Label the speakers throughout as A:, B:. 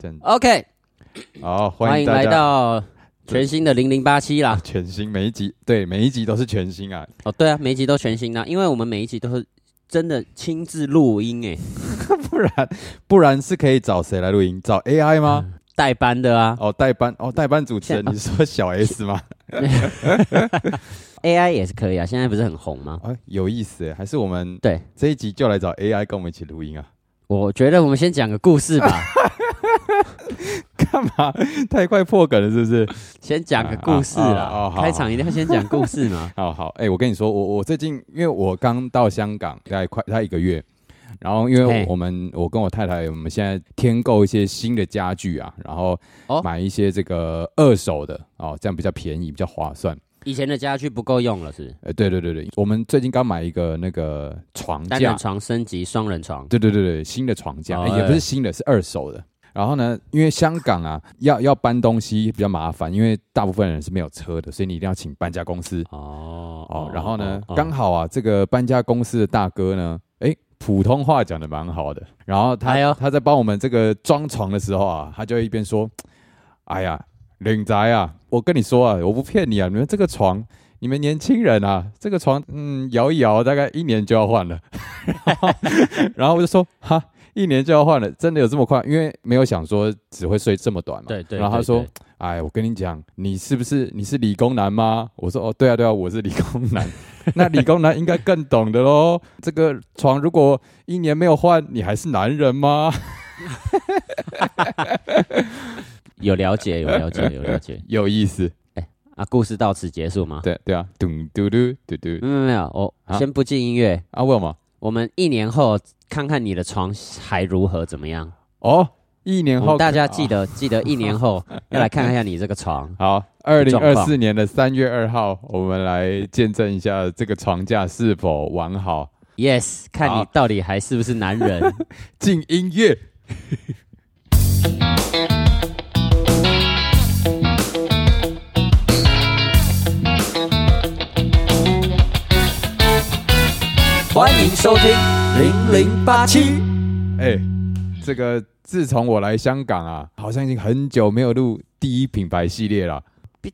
A: 真
B: OK，
A: 好，欢
B: 哦欢
A: 迎
B: 迎
A: 大
B: 来
A: 家
B: 到全新的零零八七啦。
A: 全新每一集，对，每一集都是全新啊，
B: 哦，对啊，每一集都全新啦，因为我们每一集都是真的亲自录音欸诶，
A: 不然不然是可以找谁来录音？找 AI 吗？
B: 代班的啊
A: 哦，代班哦，代班主持人，
B: 现
A: 你说小 S 吗？
B: ，AI 也是可以啊，现在不是很红吗？
A: 哎，有意思耶，还是我们
B: 对，
A: 这一集就来找 AI 跟我们一起录音啊？
B: 我觉得我们先讲个故事吧，
A: 干嘛？太快破梗了，是不是？
B: 先讲个故事
A: 啊哦哦
B: 啦。
A: 好。
B: 开场一定要先讲故事嘛
A: 好好，哎，我跟你说，我我最近因为我刚到香港，大概快大概一个月。然后，因为
B: 嘿
A: 我们我跟我太太，我们现在添购一些新的家具啊，然后
B: 哦
A: 买一些这个二手的哦，这样比较便宜，比较划算。
B: 以前的家具不够用了，是不是
A: 呃，对对对对，我们最近刚买一个那个床
B: 单
A: 架
B: 人，床升级双人床，
A: 对对对对，新的床架、哎
B: 哦
A: 诶也不是新的，是二手的。然后呢，因为香港啊，要要搬东西比较麻烦，因为大部分人是没有车的，所以你一定要请搬家公司
B: 哦
A: 哦。然后呢，
B: 哦
A: 刚好啊，这个搬家公司的大哥呢，诶，普通话讲的蛮好的，然后他、
B: 哎呦
A: 他在帮我们这个装床的时候啊，他就一边说：“哎呀，领宅啊，我跟你说啊，我不骗你啊，你们这个床，你们年轻人啊，这个床，嗯，摇一摇，大概一年就要换了。 然后”然后我就说：“哈，一年就要换了，真的有这么快？因为没有想说只会睡这么短嘛。”
B: 对对
A: 然后他
B: 对
A: 说
B: 对：“
A: 哎，我跟你讲，你是不是你是理工男吗？”我说：“哦，对啊，对啊，我是理工男。 那理工男应该更懂的喽。这个床如果一年没有换，你还是男人吗？
B: 有了解，有了解，有 了解
A: 有意思。”
B: 啊。故事到此结束吗？
A: 对对啊，咚嘟嘟嘟嘟
B: 没有没有，我
A: 啊
B: 先不进音乐，
A: 啊，为什么？
B: 我们一年后看看你的床还如何怎么样？
A: 哦，一年
B: 我
A: 后
B: 们嗯大家记
A: 得、
B: 得记得一年 后要来看一下你这个床。
A: 啊好。二零二
B: 状
A: 四
B: 况
A: 年的三月二号，我们来见证一下这个床架是否完好。
B: Yes，看
A: 好
B: 你到底还是不是男人。
A: 进音乐，
B: 欢迎收听零零八七。
A: 哎、这个自从我来香港啊，好像已经很久没有录第一品牌系列了。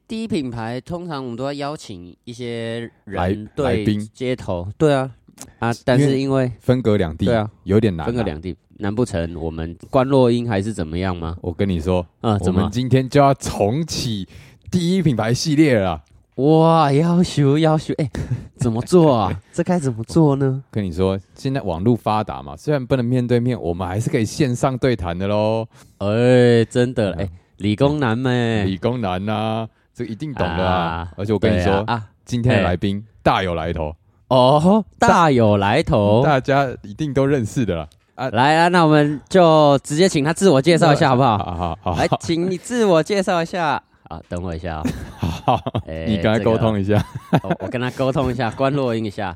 B: 第一品牌通常我们都要邀请一些
A: 来
B: 人
A: 来
B: 对
A: 宾
B: 街头，对啊啊，但是因为
A: 分隔两地，
B: 对啊，
A: 有点难、
B: 分隔。两地，难不成我们关落音还是怎么样吗？
A: 我跟你说，
B: 啊，
A: 我
B: 怎
A: 们
B: 么？
A: 今天就要重启第一品牌系列了啊。
B: 哇，要求要求，哎、怎么做啊？ 这该怎么做呢？
A: 跟你说，现在网络发达嘛，虽然不能面对面，我们还是可以线上对谈的喽。
B: 哎、真的，哎、理工男们，
A: 嗯理工男呐、啊这一定懂的啊。
B: 哎啊
A: 而且我跟你
B: 对
A: 说，
B: 啊啊，
A: 今天的
B: 哎
A: 来宾大有来头，
B: 哦，大有来头。
A: 大家一定都认识的啦。
B: 来啊，那我们就直接请他自我介绍一下，好不好？
A: 好好好
B: 来，请你自我介绍一下。啊，等我一下哦。
A: 好，
B: 哎
A: 你跟他沟通一下。
B: 这个我我跟他沟通一下，关落音一下。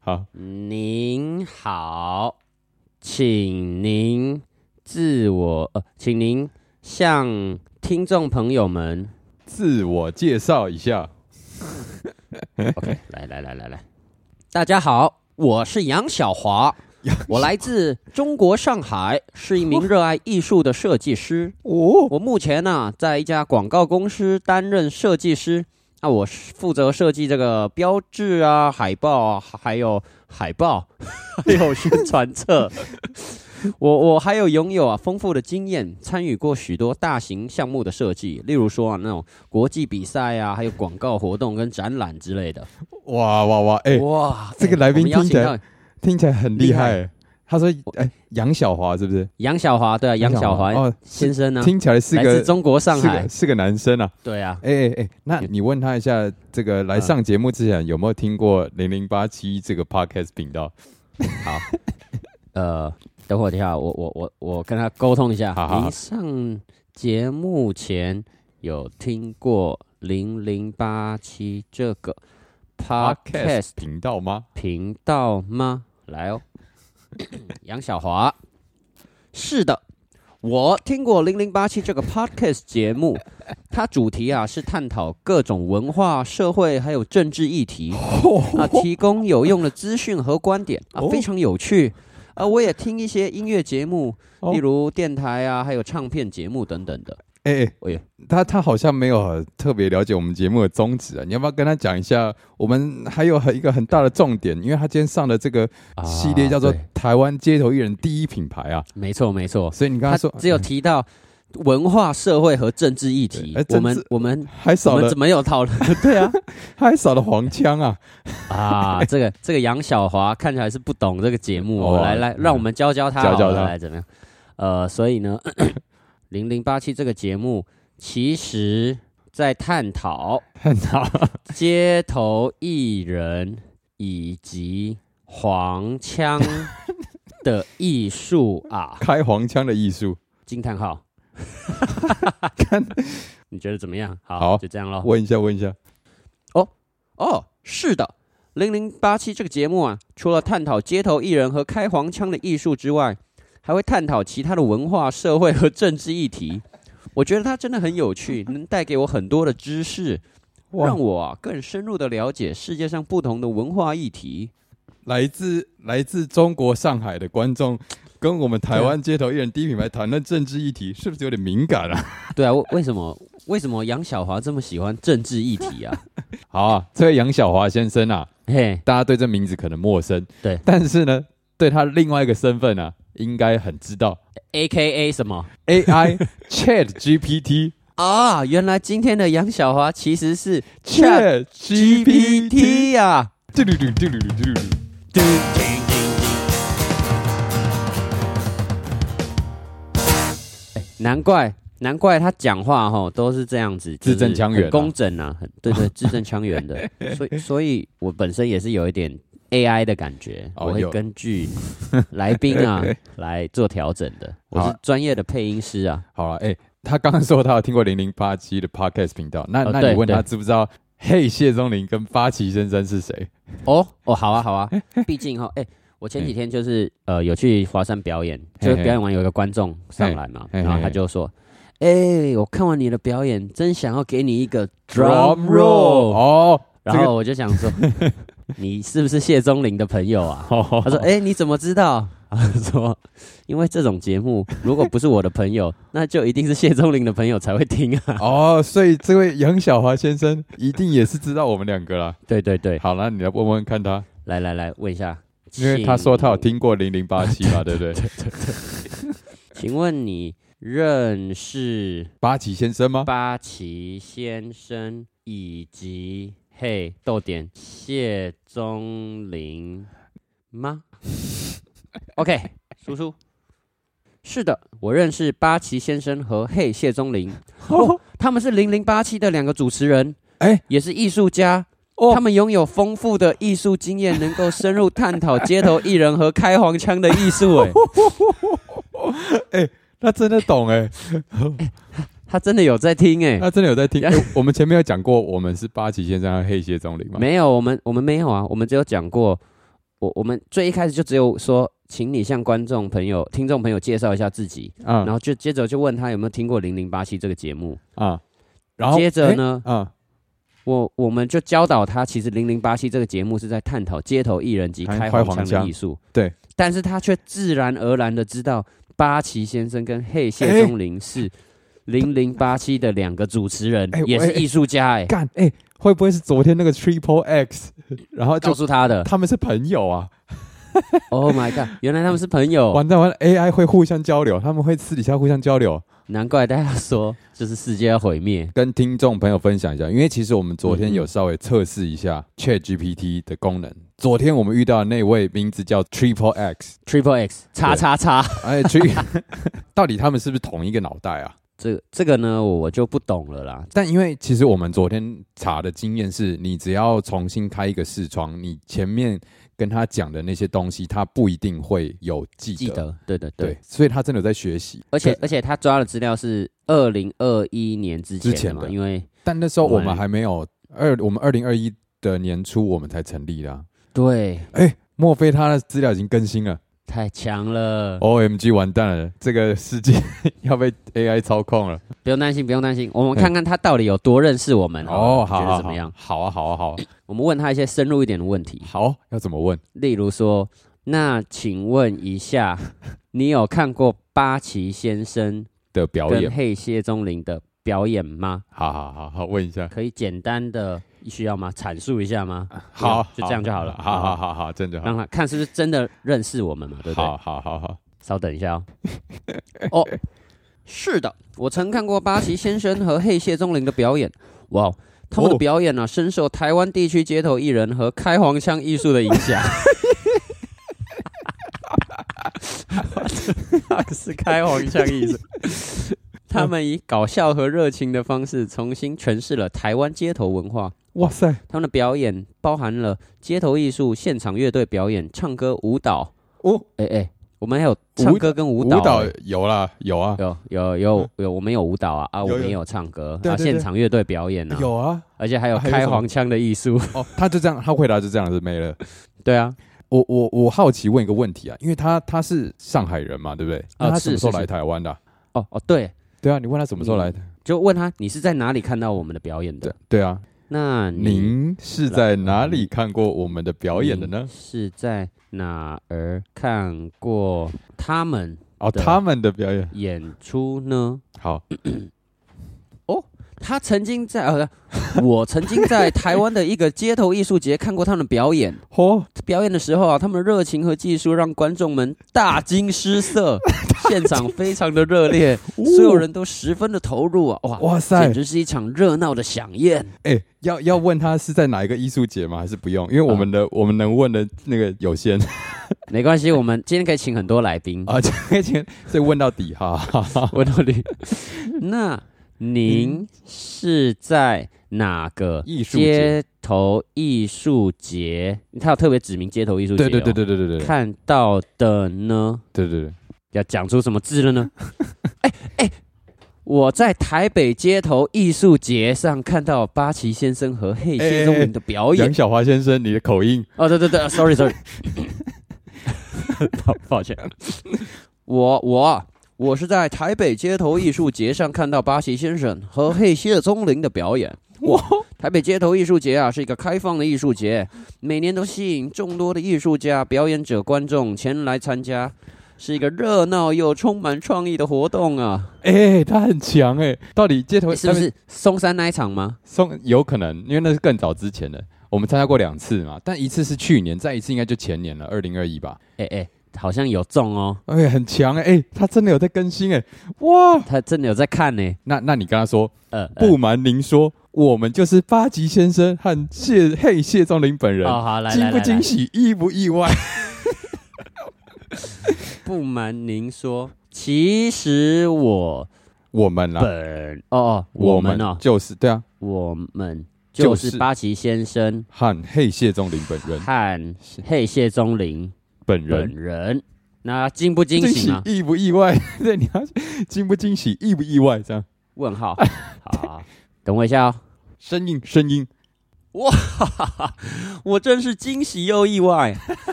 A: 好，
B: 您好，请您自我呃，请您向听众朋友们
A: 自我介绍一下。
B: ，OK，来来来来来，大家好，我是杨小华，我来自中国上海，是一名热爱艺术的设计师。
A: 哦，
B: 我目前呢、在一家广告公司担任设计师。那我是负责设计这个标志啊、海报啊，还有海报， 还有宣传册。我我还有拥有啊丰富的经验，参与过许多大型项目的设计，例如说啊那种国际比赛啊，还有广告活动跟展览之类的。
A: 哇哇哇！哎、
B: 哇，
A: 这个来宾
B: 我们邀请
A: 听起来
B: 到
A: 听起来很厉害。他说
B: 我：“
A: 哎、杨小华是不是？
B: 杨小华，对啊，杨小华
A: 哦，
B: 先生呢、
A: 听起来是
B: 来
A: 个
B: 自中国上
A: 是
B: 海
A: 个，是个男生啊。
B: 对啊，
A: 哎哎哎，那你问他一下，这个来上节目之前有没有听过零零八七这个 podcast 频道？
B: 呃，等会儿等一下，我我我我跟他沟通一下。
A: 好好好
B: 您上节目前有听过零零八七这个 podcast
A: 频道吗？
B: 频道吗？来哦，杨小华，是的，我听过零零八七这个 podcast 节目，它主题啊是探讨各种文化、社会还有政治议题，啊，提供有用的资讯和观点啊
A: 哦，
B: 非常有趣。啊，我也听一些音乐节目，
A: 哦
B: 例如电台啊，还有唱片节目等等的。
A: 哎、
B: 哎呀
A: 他他好像没有特别了解我们节目的宗旨啊，你要不要跟他讲一下？我们还有很一个很大的重点，因为他今天上的这个
B: 啊
A: 系列叫做
B: 对
A: “台湾街头艺人第一品牌”啊，
B: 没错没错，
A: 所以你刚
B: 他
A: 刚说
B: 只有提到文化、社会和政治议题
A: 对哎。
B: 我
A: 政治
B: 们我们
A: 还
B: 我
A: 少
B: 们
A: 了
B: 怎，么有讨论
A: 对啊，还少了黄腔啊，
B: 啊？这个这个杨小华看起来是不懂这个节目哦。
A: 哦
B: 来来，让我们教教他好
A: 教
B: 了，
A: 教他
B: 来怎么样？呃，所以呢， 零零八七这个节目其实在探讨
A: 很好，
B: 街头艺人以及黄 腔的艺术啊！
A: 开黄腔的艺术，
B: 惊叹 号！
A: 看
B: 你觉得怎么样？好，
A: 好
B: 就这样咯。
A: 问一下问一下，
B: 哦，是的，零零八七这个节目啊，除了探讨街头艺人和开黄腔的艺术之外，还会探讨其他的文化、社会和政治议题。 我觉得它真的很有趣，能带给我很多的知识，
A: 哇
B: 让，我啊更深入的了解世界上不同的文化议题。
A: 来自来自中国上海的观众跟我们台湾街头艺人第一品牌谈论政治议题，是不是有点敏感 啊？
B: 对啊，为为什么为什么杨小华这么喜欢政治议题啊？
A: 好啊，这位杨小华先生啊，
B: 嘿，
A: 大家对这名字可能陌生，
B: 对
A: 但是呢，对他另外一个身份啊，应该很知道
B: A K A 什么
A: AI Chat GPT
B: 啊？原来今天的杨小华其实是
A: Chat GPT，
B: GPT 啊！
A: 嘟噜噜嘟噜噜嘟噜噜。
B: 难怪难怪他讲话哈都是这样子，
A: 字正腔圆啊
B: 很工整啊，很对 对，字正腔圆的。所以所以，我本身也是有一点 AI 的感觉，
A: 哦
B: 我会
A: 有
B: 根据来宾啊来做调整的。我是
A: 好啊
B: 专业的配音师啊，
A: 好了，哎、他刚刚说他有听过零零八七的 Podcast 频道，那、
B: 哦
A: 那
B: 对
A: 你问他
B: 对
A: 知不知道？嘿，谢宗林跟八旗先生是谁？
B: 哦哦，好啊好啊，毕竟哈，哎、我前几天就是呃有去华山表演，
A: 嗯嘿
B: 就是表演完有一个观众上来嘛，
A: 嘿嘿
B: 然后他就说，哎、我看完你的表演，真想要给你一个 drum roll，、
A: 哦，
B: 然后我就想 说，你是不是谢宗林的朋友啊？
A: 哦
B: 他说，哎、你怎么知道？ 他说，因为这种节目如果不是我的朋友， 那就一定是谢宗林的朋友才会听啊。
A: 哦，所以这位杨小华先生一定也是知道我们两个啦。
B: 对对对，
A: 好了，那你来问问看他，
B: 来来来，问一下，
A: 因为他说他有
B: 请
A: 听过零零八七嘛，对不对？
B: 请问你认识
A: 八旗先生吗？
B: 八旗先生以及嘿逗点谢宗林 吗？OK，叔叔，是的，我认识八旗先生和嘿谢宗 林，
A: 哦，
B: 他们是零零八七的两个主持人，
A: 哎
B: 也是艺术家。
A: 哦
B: 他们拥有丰富的艺术经验，能够深入探讨街头艺人和开黄腔的艺术。 哎，
A: 他真的懂哎，
B: 他真的有在听哎。
A: 他真的有在听。哎我们前面有讲过，我们是八旗先生和黑鞋总领嘛？
B: 没有，我们我们没有啊，我们只有讲过，我我们最一开始就只有说，请你向观众朋友、听众朋友介绍一下自己，
A: 啊
B: 然后就接着就问他有没有听过《零零八七》这个节目，
A: 啊，然后
B: 接着？呢，
A: 哎啊，
B: 我我们就教导他，其实《零零八七》这个节目是在探讨街头艺人及
A: 开
B: 开
A: 开
B: 黄
A: 黄
B: 腔
A: 腔
B: 的艺术，
A: 对，
B: 但是他却自然而然的知道八旗先生跟嘿
A: 哎
B: 谢钟林是。零零八七的两个主持人
A: 哎我
B: 也是艺术家，哎，
A: 干哎，会不会是昨天那个 Triple X？然 后
B: 告
A: 就
B: 诉 他的。
A: 他们是朋友啊？
B: Oh my god，原来他们是朋友。
A: 完蛋完了，AI 会互相交流，他们会私底下互相交流。
B: 难怪大家说就是世界要毁灭。
A: 跟听众朋友分享一下，因为其实我们昨天
B: 嗯嗯
A: 有稍微测试一下 ChatGPT 的功能。昨天我们遇到的那位名字叫 Triple X，
B: Triple X 叉叉叉，
A: 哎，Tri，到 底他们是不是同一个脑袋啊？
B: 这这个呢，我就不懂了啦。
A: 但因为其实我们昨天查的经验是，你只要重新开一个视窗，你前面跟他讲的那些东西，他不一定会有记得。
B: 记得，对对对，
A: 对，所以他真的有在学习。
B: 而且
A: 可
B: 而且他抓的资料是二零二一年之
A: 之
B: 前
A: 前
B: 的嘛，
A: 的
B: 因为
A: 但那时候我
B: 我
A: 们
B: 们
A: 还没有二，我们二零二一的年初我们才成立啦、
B: 对
A: 哎，莫非他的资料已经更新了？
B: 太强了，
A: O M G，完蛋了，这个世界 要被 A I 操控了。
B: 不用担心，不用担心，我们
A: 嗯
B: 看看他到底有多认识我们
A: 哦，好
B: 觉
A: 好
B: 得怎么样？
A: 好啊，好啊，好啊
B: 我们问他一些深入一点的问题，
A: 好，要怎么问？
B: 例如说那请问一下，你有看过八旗先生
A: 的表
B: 跟
A: 演。
B: 嘿谢钟林的表演吗？
A: 好好好好，问一下。
B: 可以简单的需要吗？阐述一下吗？
A: 好，
B: 就这样就好了。
A: 好好好好，真的好
B: 让。他看是不是真的认识我们嘛，对不对？
A: 好好好好，
B: 稍等一下 哦。哦，是的，我曾看过八旗先生和嘿谢钟林的表演。哇哦，他们的
A: 哦
B: 表演呢、啊，深受台湾地区街头艺人和开黄腔艺术的影 响。是开黄腔艺术。 他们以搞笑和热情的方式重新诠释了台湾街头文化。
A: 哇塞，
B: 他们的表演包含了街头艺术、现场乐队表演、唱歌、舞蹈。
A: 哦，
B: 哎哎，我们还有唱歌跟舞
A: 舞
B: 蹈、
A: 蹈
B: 哎
A: 有啦，有啊，
B: 有有有有，我们有舞蹈啊啊，
A: 有
B: 我们
A: 有
B: 也有唱歌
A: 对
B: 啊，
A: 对
B: 现
A: 对
B: 场乐队表演啊，
A: 有啊。
B: 而且还有
A: 还有什
B: 开
A: 么
B: 黄腔的艺术。
A: 哦，他就这样，他回答就这样子没了。
B: 对啊，
A: 我我我好奇问一个问题啊，因为他他是上海人嘛，对不对？那他什
B: 是
A: 么时候
B: 是是
A: 来台湾的啊？
B: 哦哦对，
A: 对啊，你问他什么时候来的？
B: 就问他你是在哪里看到我们的表演
A: 对
B: 的？
A: 对啊，
B: 那你
A: 您是在哪里看过我们的表演的呢
B: 你？是在哪儿看过他们
A: 哦，
B: 对
A: 他们的表演
B: 演出呢？
A: 好，
B: 他曾经在呃， 我曾经在台湾的一个街头艺术节看过他们的表演。
A: 嚯，
B: 表演的时候啊，他们热情和技术让观众们大惊 失色，现场非常的热烈，所有人都十分的投入啊，哇，
A: 哦哇
B: 简
A: 塞，
B: 直是一场热闹的飨宴。
A: 哎，要要问他是在哪一个艺术节吗？还是不用？因为我们的我们能问的那个有限
B: 没关
A: 哎
B: 系，我们今天可以请很多来宾。
A: 啊，这个钱所以问到底哈。哈哈
B: 问 到你，那您是在哪个
A: 艺术节
B: 街头艺术节？他有特别指明街头艺术节、
A: 对
B: 哦
A: 对对，对对对对对
B: 啊看到的呢？
A: 对对对，
B: 要讲出什么字了呢？哎哎、我在台北街头艺术节上看到八旗先生和嘿谢宗林的表演。
A: 杨小华先生，你的口音
B: 哦，对对对，sorry sorry，抱抱歉，我我我是在台北街头艺术节上看到八旗先生和嘿谢宗林的表演。哇！台北街头艺术节啊，是一个开放的艺术节，每年都吸引众多的艺术家、表演者、观众前来参加，是一个热闹又充满创意的活动啊！
A: 哎、他很强哎、到底街头、
B: 是不是松山那一场吗？
A: 松有可能，因为那是更早之前的，我们参加过两次嘛，但一次是去年，再一次应该就前年了，二零二一吧。
B: 哎哎，好像有中哦，
A: 哎、很强哎、哎、他真的有在更新哎、哇！
B: 他真的有在看呢、
A: 那那你跟他说，
B: 呃，呃
A: 不瞒您说，我们就是八级先生和谢嘿谢宗林本人，
B: 哦，好，来来
A: 惊
B: 来
A: 不
B: 来，
A: 惊喜，意不意 外？
B: 不瞒您说，其实我
A: 我们啦，
B: 本哦哦，我们哦，
A: 就是对啊，
B: 我们就
A: 就是
B: 八旗先生
A: 和嘿谢宗林本人
B: 和嘿谢宗林
A: 本人
B: 本人。那惊不惊喜吗？
A: 意不意外？ 对，你要惊不惊喜，意不意外？这样
B: 问号。好，啊等我一下哦。
A: 声音声音，
B: 我真是惊喜又意外，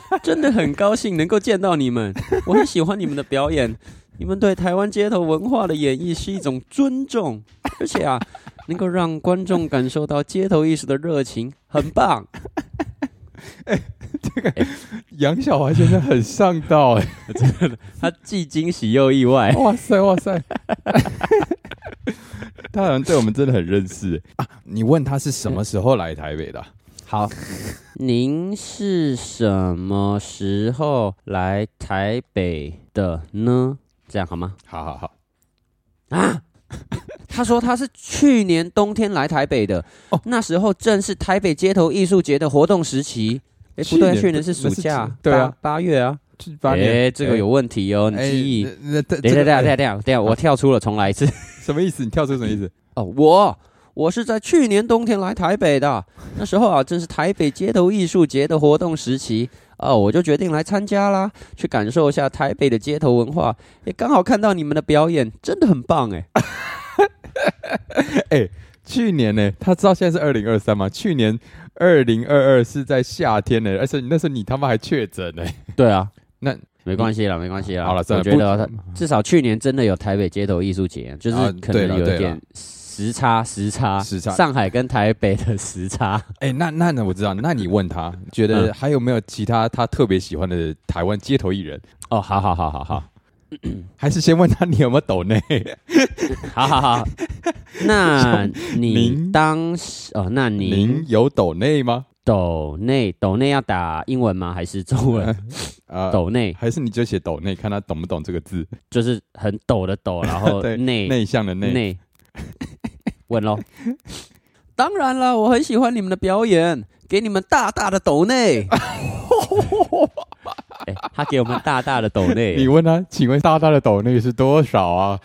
B: 啊 真的很高兴能够见到你们。我很喜欢你们的表演，你们对台湾街头文化的演绎是一种尊重，而且 啊，能够让观众感受到街头艺术的热情，很棒。
A: 杨小华先生很上道哎、
B: 他既惊喜又意外。
A: 哇塞哇塞， 他好像对我们真的很认识、哎啊！你问他是什么时候来台北的啊、
B: 好，您是什么时候来台北的呢？这样好吗？
A: 好好好，
B: 啊 他说他是去年冬天来台北的，
A: 哦
B: 那时候正是台北街头艺术节的活动时期。哎，不对，
A: 去年
B: 去年是暑假
A: 那是，对啊
B: 八，八月啊。
A: 这八年，
B: 哎，这个有问题哦，你
A: 哎
B: 记忆。
A: 那那这
B: 等一下，
A: 这
B: 等一
A: 个哎
B: 下，等一下，等一下，我跳出了，重来一次。
A: 什么意思？你跳出什么意思？
B: 哦，我我是在去年冬天来台北的，那时候啊，正是台北街头艺术节的活动时期啊，我就决定来参加啦，去感受一下台北的街头文化，也刚好看到你们的表演，真的很棒哎。
A: 去年呢、他知道现在是二零二三吗？去年二零二二是在夏天呢、而且那时候你他妈还确诊呢。
B: 对啊，
A: 那
B: 没关系啦，没关系啦。
A: 好了算了
B: 啊我觉得
A: 不嗯
B: 他至少去年真的有台北街头艺术节，就是
A: 啊
B: 可
A: 对
B: 能
A: 了
B: 有
A: 对
B: 一点
A: 了
B: 时差，时差，
A: 时差
B: 上海跟台北的时差。
A: 哎、那那那我知道，那你问他，觉
B: 嗯
A: 得还有没有其他他特别喜欢的台湾街头艺人？
B: 哦，好好好好好，
A: 还是先问他你有没有抖内？
B: 好好好。 那你
A: 您
B: 当时哦，那
A: 您
B: 你
A: 有抖内吗？
B: 抖内抖内要打英文吗？还是中 文？
A: 啊、
B: 抖内
A: 还是你就写抖内，看他懂不懂这个字？
B: 就是很抖的抖，然 后
A: 对
B: 内
A: 内向的内。
B: 内问喽。当然了，我很喜欢你们的表演，给你们大大的抖内。 哎他给我们大大的抖
A: 你
B: 内，
A: 问他，请问大大的抖内是多少啊？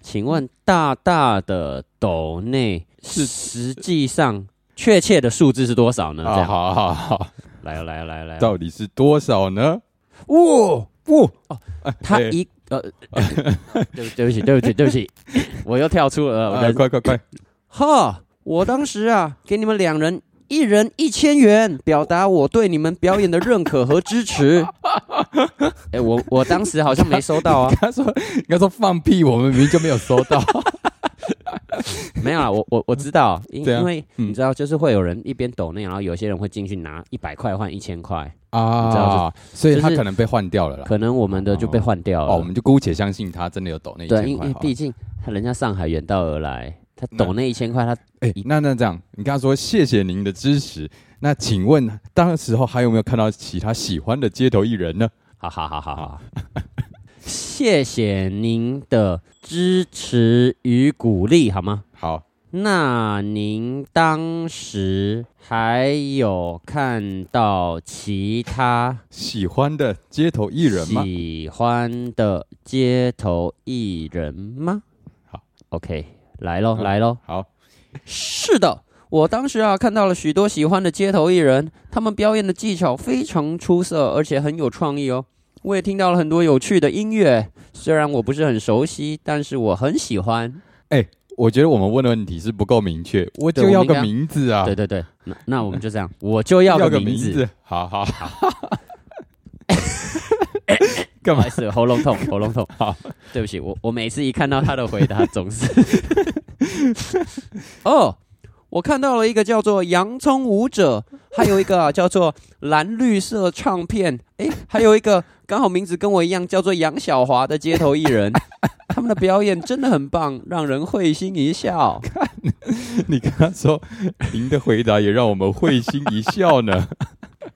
B: 请问大大的抖内是实际上确切的数字是多少嗯呢？这
A: 啊，
B: 样，
A: 好好好，
B: 来哦来哦来哦来哦，
A: 到底是多少呢？
B: 哇哇哦，他
A: 哎
B: 一呃， 对对不起对不起对不起，我又跳出呃了，我
A: 啊，
B: 的
A: 快快快！
B: 哈，我当时啊，给你们两人一人一千元，表达我对你们表演的认可和 支持。哎、我我当时好像没收到啊，
A: 他说，他说放屁，我们明明就没有收到。
B: 没有啊，我我我知道，因
A: 对啊
B: 因为
A: 嗯
B: 你知道，就是会有人一边抖内，然后有些人会进去拿一百块换一千块，你知道
A: 啊，所以
B: 就是
A: 他可能被换掉了啦。
B: 可能我们的就被换掉了。
A: 啊哦，我们就姑且相信他真的有抖那一
B: 对，
A: 千
B: 因
A: 块
B: 为
A: 好了。
B: 毕竟他人家上海远道而来，他抖那一千块，他
A: 哎、那那这样，你刚刚说谢谢您的支持，那请问当时候还有没有看到其他喜欢的街头艺人呢？
B: 好好好好好，
A: 嗯
B: 谢谢您的支持与鼓励，好吗？
A: 好，
B: 那您当时还有看到其他
A: 喜欢的街头艺人吗？
B: 喜欢的街头艺人吗？
A: 好
B: ，OK，来喽，
A: 嗯
B: 来喽。
A: 好，
B: 是的，我当时啊看到了许多喜欢的街头艺人，他们表演的技巧非常出色，而且很有创意哦。我也听到了很多有趣的音乐，虽然我不是很熟悉，但是我很喜欢。
A: 我觉得我们问的问题是不够明确，我
B: 对
A: 就
B: 我
A: 要
B: 们应
A: 个
B: 该
A: 名字啊，
B: 对对对，那那我们就这样，我就要个名字。，
A: 好好 好。干嘛
B: 不好意？思，喉咙 痛，喉咙痛。
A: 好，
B: 对不起，我我每次一看到他的回 答，总是哦，我看到了一个叫做《洋葱舞者》，还有一个、啊、叫做《蓝绿色唱片》，诶，还有一个刚好名字跟我一样叫做杨小华的街头艺人， 他们的表演真的很棒，让人会心一 笑。
A: 你刚刚 说您的回答也让我们会心一笑呢。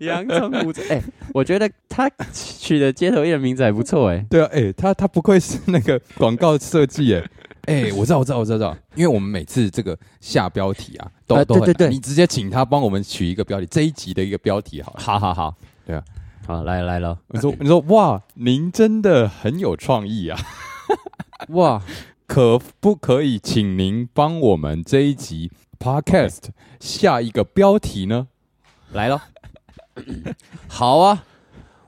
B: 洋葱舞者，哎、我觉得他取的街头艺人名字还不错、诶。
A: 对啊，哎、他他不愧是那个广告设计 哎。哎、我知道，我知道，我知道，我知道，因为我们每次这个下标题啊，都、
B: 呃
A: 都很
B: 对对对
A: 难你直接请他帮我们取一个标题，这一集的一个标题好了。
B: 好好好，
A: 对啊，
B: 好来来了。
A: 你说，你说，哇，您真的很有创意啊！
B: 哇，
A: 可不可以请您帮我们这一集 podcast 下一个标题呢？
B: 来咯， 好啊，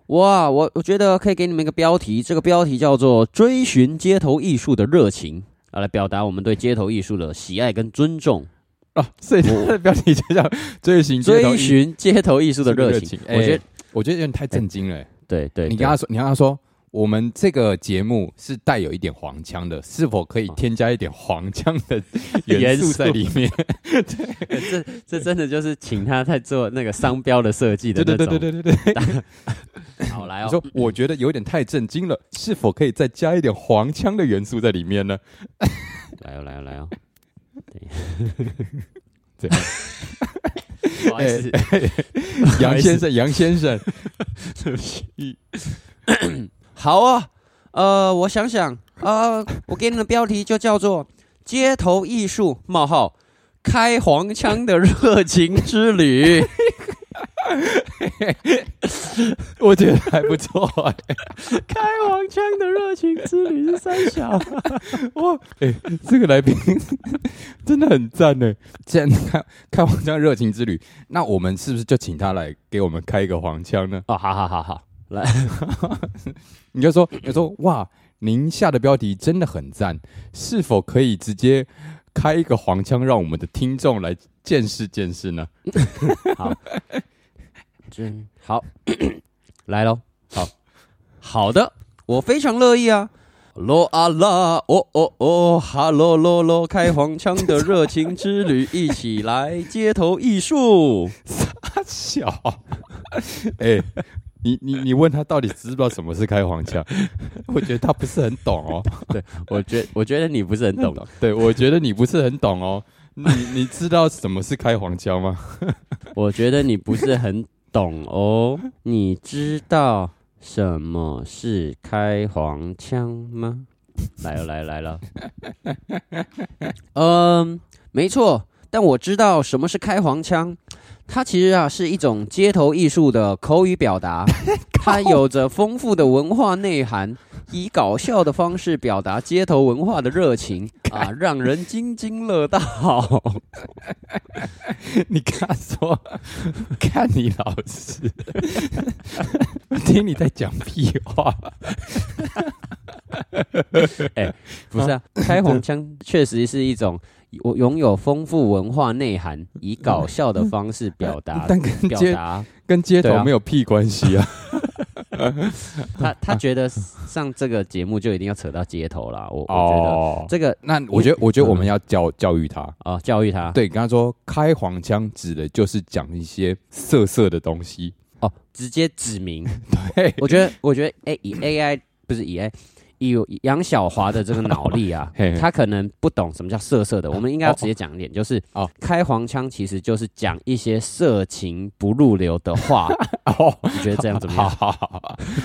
B: 哇，我我觉得可以给你们一个标题，这个标题叫做“追寻街头艺术的热情”，啊，来表达我们对街头艺术的喜爱跟尊重。
A: 啊，所以他 的标题就叫“追寻街头
B: 追
A: 艺
B: 寻街头艺术的热情，
A: 哎
B: 我觉得
A: 我觉得有点太震惊了、哎
B: 对对，
A: 你
B: 对
A: 跟他说，你跟他说，我们这个节目是带有一点黄腔的，是否可以添加一点黄腔的 元素在里面？
B: 这这真的就是请他在做那个商标的设计 的
A: 对对
B: 那种。
A: 对对对对对。
B: 对，好来
A: 你
B: 哦
A: 说，，我觉得有点太震惊了，是否可以再加一点黄腔的元素在里 面呢？
B: 来哦来哦来哦，
A: 这
B: 对， 不好意思，不好
A: 杨
B: 意思
A: 先生，杨先 生，
B: 好啊，呃，我想想，呃，我给你的标题就叫做《街头艺术：冒号开黄腔的热情之旅》。
A: 我觉得还不错、哎
B: 开黄腔的热情之旅是三小，
A: 哇， 哎、这个来宾 真的很赞欸呢。既然他开黄腔热情之旅，那我们是不是就请他来给我们开一个黄腔呢？
B: 哦，好好好好，
A: 你就说，你说哇，您下的标题真的很赞，是否可以直接开一个黄腔，让我们的听众来见识见识呢？
B: 真 好，来喽，好好的，我非常乐意啊。罗啊啦，哦哦哦，哈喽喽喽，开黄腔的热情之旅，一起来街头艺术。
A: 他小， 哎、你你你问他到底知不知道什么是开黄腔？ 我觉得他不是很懂哦。
B: 我觉我觉得你不是很懂，
A: 对，我觉得你不是很懂 哦。你你知道什么是开黄腔吗？
B: 我觉得你不是很懂哦。你知道什么是开黄腔吗？来了来了来了，嗯，没错，但我知道什么是开黄腔。它其实啊是一种街头艺术的口语表达，它有着丰富的文化内涵，以搞笑的方式表达街头文化的热情啊，让人津津乐道。
A: 你跟他说， 看你老师， 听你在讲屁话。
B: 不是啊，开黄 腔确实是一种我拥有丰富文化内涵，以搞笑的方式表达，
A: 嗯呃但跟
B: 表
A: 街
B: 达
A: 跟街
B: 对
A: 头
B: 啊
A: 没有屁关系啊。
B: 他他觉得上这个节目就一定要扯到街头啦，
A: 哦
B: 我我
A: 啊
B: 觉得这个
A: 那我觉得，我觉得我们要教教育他。
B: 啊教育他
A: 对，刚刚说开黄腔指的就是讲一些色色的东 西。
B: 哦，直接指明，
A: 对，。
B: 我觉得我觉得哎、以 AI 不是以 AI 以杨小华的这个脑力啊
A: 嘿啊
B: 他可能不懂什么叫色色的，我们应该要直接讲一点，就是
A: 哦
B: 哦，开黄腔其实就是讲一些色情不入流 的话，
A: 哦，
B: 你觉得这样怎么
A: 好
B: 样？
A: 好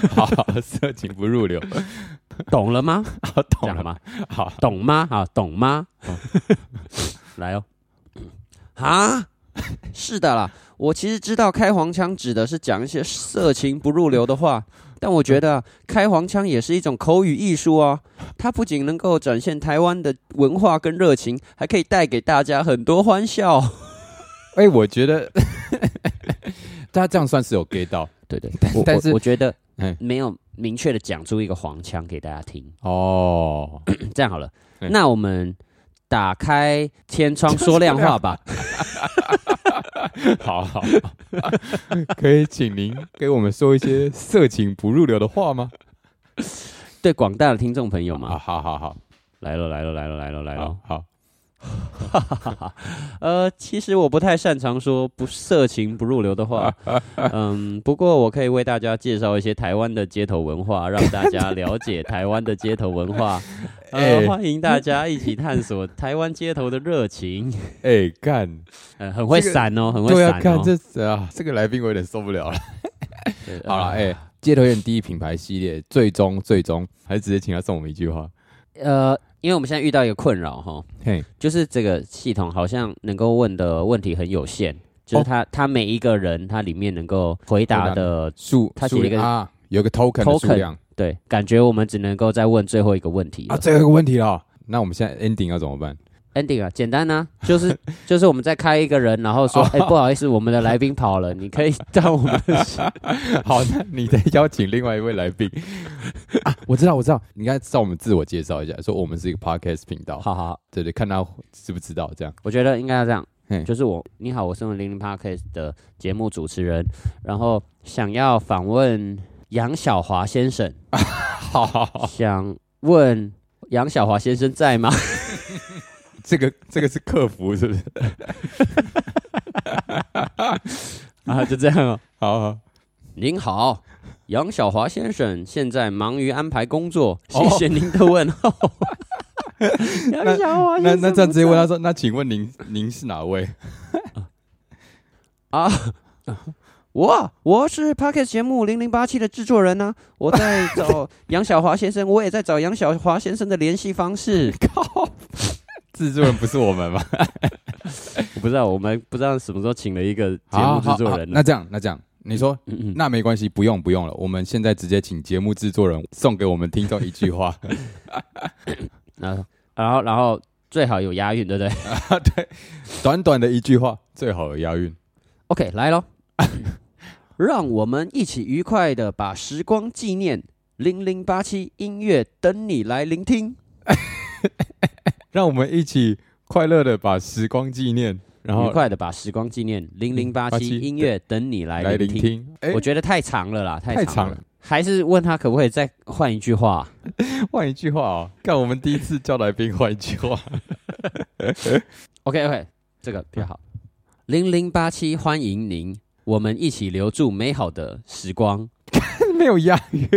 A: 好好好，色情不入 流，
B: 懂了吗？
A: 好
B: 这
A: 懂
B: 样
A: 了
B: 好
A: 吗？
B: 吗？
A: 好，
B: 懂吗？啊，懂吗？ 来哦，啊，是的啦，我其实知道开黄腔指的是讲一些色情不入流的话，但我觉得啊开黄腔也是一种口语艺术啊，它不仅能够展现台湾的文化跟热情，还可以带给大家很多欢笑。
A: 哎、我觉得他这样算是有 get 到
B: 对 对，
A: 但
B: 我
A: 但
B: 我
A: 是
B: 我觉得
A: 哎
B: 没有明确的讲出一个黄腔给大家听。
A: 哦。
B: 这样好了，
A: 嗯
B: 那我们打开天 窗说亮话吧。
A: 好好，好可以请您给我们说一些色情不入流的话吗？
B: 对广大的听众朋友
A: 啊，
B: 嘛，
A: 好好好，
B: 来了来了来了来了来
A: 好
B: 了，
A: 好，啊
B: 呃，其实我不太擅长说不色情不入流 的话，嗯，不过我可以为大家介绍一些台湾的街头文化，让大家了解台湾的街头文 化，
A: 哎
B: 呃，欢迎大家一起探索 台湾街头的热情，
A: 哎、干，
B: 呃，很会
A: 这个
B: 闪哦，很会
A: 对啊，
B: 闪
A: 看
B: 哦，
A: 这啊，这个来宾我有点受不了了。
B: 对呃
A: 好了，，哎、 街头艺人第一品牌系列，最终最终还是直接请他送我们一句话。
B: 呃，因为我们现在遇到一个困扰哈，
A: 嘿，
B: 就是这个系统好像能够问的问题很有限，就
A: 哦
B: 是它、它每一个人它里面能够回答的，
A: 数，
B: 他
A: 数
B: 写一个
A: 量啊，有个 token 的数
B: token
A: 量
B: 对，感觉我们只能够再问最后一个问题
A: 啊，
B: 了。
A: 最后一个问题了。那我们现在 ending 要怎么办？
B: Ending 啊，简单啊，就是 就是我们再开一个人，然后 说，哎、不好意思，我们的来宾跑了，你可以到我们的
A: 好，那你再邀请另外一位来宾、 啊。我知道，我知道，你应该照我们自我介绍一下，说我们是一个 podcast 频道。
B: 好好，
A: 对对，看他知不知道这样。
B: 我觉得应该要这样
A: 嘿，
B: 就是我，你好，我是零零 Parkes 的节目主持人，然后想要访问杨小华先生，
A: 好好
B: 哦
A: 好，
B: 想问杨小华先生在吗？
A: 这个这个是客服是不是？
B: 啊，就这样哦。
A: 好好，
B: 您好，杨小华先生现在忙于安排工作，谢谢您的问候。杨小华
A: 那那这样直接问他说，那请问您您是哪位？
B: 啊。我我是 p o c k e t 节目零零八七的制作人呢、我在找杨小华先生，我也在找杨小华先生的联系方式。
A: 制作人不是我们 吗？
B: 我不知道，我们不知道什么时候请了一个节
A: 好
B: 目
A: 好
B: 制作
A: 好
B: 人
A: 那这样那这样，你说
B: 嗯嗯，
A: 那没关系，不用不用了，我们现在直接请节目制作人送给我们听众一句 话。
B: 然后然后然后最好有押韵，对不对？
A: 短短的一句话，最好有押韵。
B: OK，来喽，让我们一起愉快的把时光纪念零零八七音乐等你来聆听。
A: 让我们一起快乐的把时光纪念，然
B: 愉
A: 后
B: 快的把时光纪念零零八
A: 0087
B: 七音乐等你来
A: 嗯来
B: 聆
A: 聆
B: 听。
A: 听。哎
B: 我觉得太长了啦，太
A: 太
B: 长
A: 长
B: 了。
A: 了
B: 还是问他可不可以再换一句话？
A: 换一句话哦，看我们第一次叫来宾换一句 话，
B: OK OK，这个比较好。零零八七，欢迎您，我们一起留住美好的时光
A: 没有押韵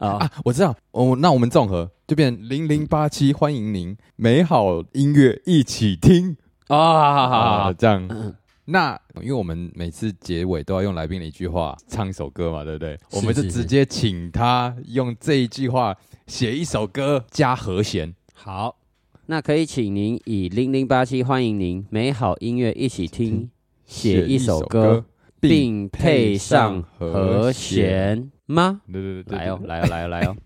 B: 啊！
A: 啊！我知道，哦，那我们综合就变零零八七，欢迎您，美好音乐一起听
B: 啊，好好
A: 啊，
B: 好，
A: 这样。那因为我们每次结尾都要用来宾的一句话唱一首歌嘛，对不对？我们就是直接请他用这一句话写一首歌加和弦。
B: 好，那可以请您以零零八七欢迎您，美好音乐一起听，写一首歌，
A: 并
B: 并配上和弦吗？
A: 对对对对，
B: 来哦，
A: 对
B: 来哦，来哦，来 哦！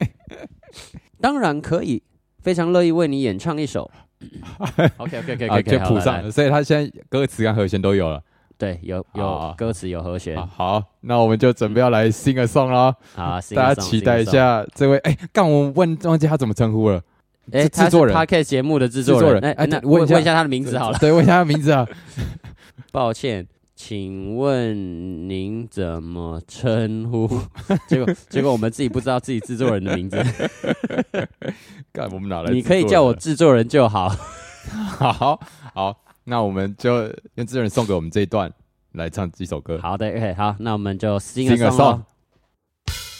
B: 当然可以，非常乐意为你演唱一 首。OK OK OK
A: 啊，
B: OK，
A: 就谱上，所以他现在歌词跟和弦都有了。
B: 对，有
A: 好好
B: 有歌词，有和弦
A: 啊，好，那我们就准备要来 sing a song 啦，
B: 啊，sing a
A: 大家
B: song，
A: 期
B: sing a
A: 待一
B: song
A: 下这位，哎，刚我问忘记他怎么称呼了，
B: 哎，
A: 制
B: 他
A: 制
B: 是
A: 作人
B: Podcast 节目的制作
A: 制作
B: 人，
A: 人
B: 哎
A: 哎，
B: 那
A: 对问一
B: 问
A: 下
B: 问一下他的名字好了。
A: 对，问一下他名字啊，
B: 抱歉，请问您怎么 称呼？结果结果我们自己不知道自己制作人的名字，
A: 干，我们哪来？
B: 你可以 叫我，制作人就好。
A: 好好，那我们就用制作人送给我们这一段来唱几首歌，
B: 好的，OK，好，那我们就 sing a
A: ，sing a
B: song 咯
A: song。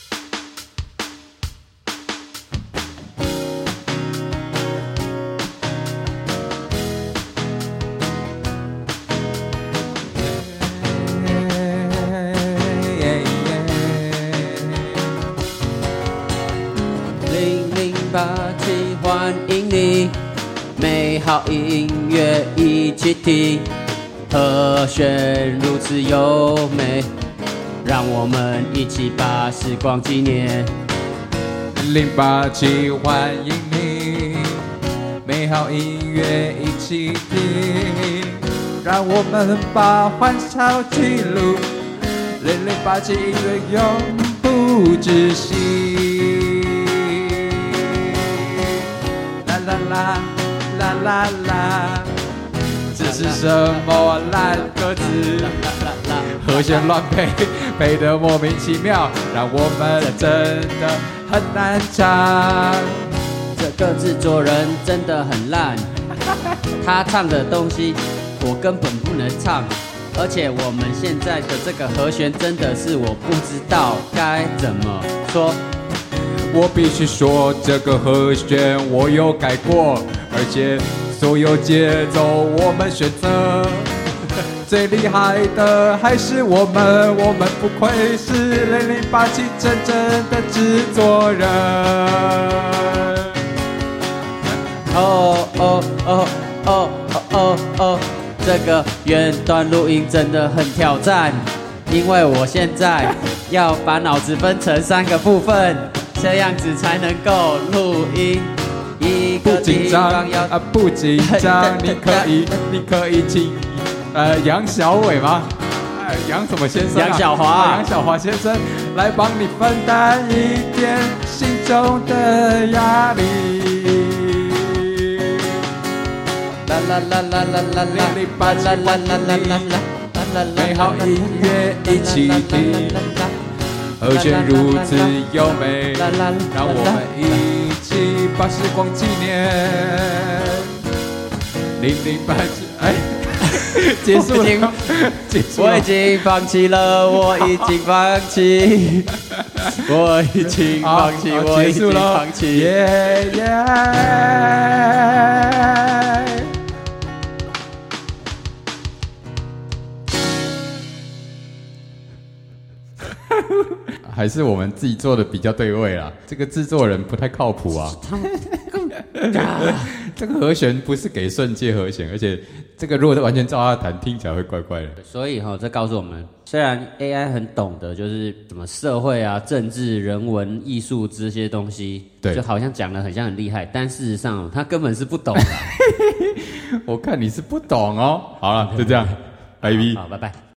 B: 零零八七，欢迎你，美好音乐一起听，和弦如此优美，让我们一起把时光纪念。
A: 零八七欢迎你，美好音乐一起听，让我们把欢笑记录，零零八七音乐永不止息。啦啦啦啦啦啦，这是什么烂歌词？和弦乱配，配得莫名其妙，让我们真的很难唱。
B: 这个制作人真的很烂，他唱的东西我根本不能唱，而且我们现在的这个和弦真的是我不知道该怎么说。
A: 我必须说，这个和弦我有改过，而且所有节奏我们选择。 最厉害的还是我们，我们不愧是零零八七真正的制作人。
B: 哦哦哦哦哦哦哦，这个远端录音真的很挑战，因为我现在要把脑子分成三个部分，这样子才能够录音。一
A: 不
B: 个
A: 紧
B: 地
A: 张
B: 方要
A: 啊，不紧张，你可以，你可以请呃杨小伟吗？呃杨什么先生啊、
B: 杨小华
A: 啊杨小华先生来帮你分担一点心中的压力。
B: 啦啦啦啦啦啦啦
A: 零零八七
B: 啦啦啦啦啦啦啦啦，
A: 美好音乐一起听和弦如此优美，
B: 啦啦啦
A: 让我们一起把时光纪念。零零八七，哎，结束
B: 我已经
A: 了，结束
B: 我
A: 了
B: 已。经放弃了，我已经放弃，我已经
A: 好，
B: 放弃，
A: 好
B: 我
A: 啊
B: 已
A: 结束
B: 经
A: 了
B: 放弃。
A: 耶耶！ 还是我们自己做的比较对味啦，这个制作人不太靠谱啊。这个和弦不是给瞬界和弦，而且这个如果完全照他弹，听起来会怪怪的。
B: 所以哈、这告诉我们，虽然 AI 很懂得就是什么社会啊、政治、人文、艺术这些东西，
A: 对
B: 就好像讲的很像很厉害，但事实上哦、它根本是不懂的。
A: 我看你是不懂哦。好了，就这样，拜拜。
B: 好，拜拜。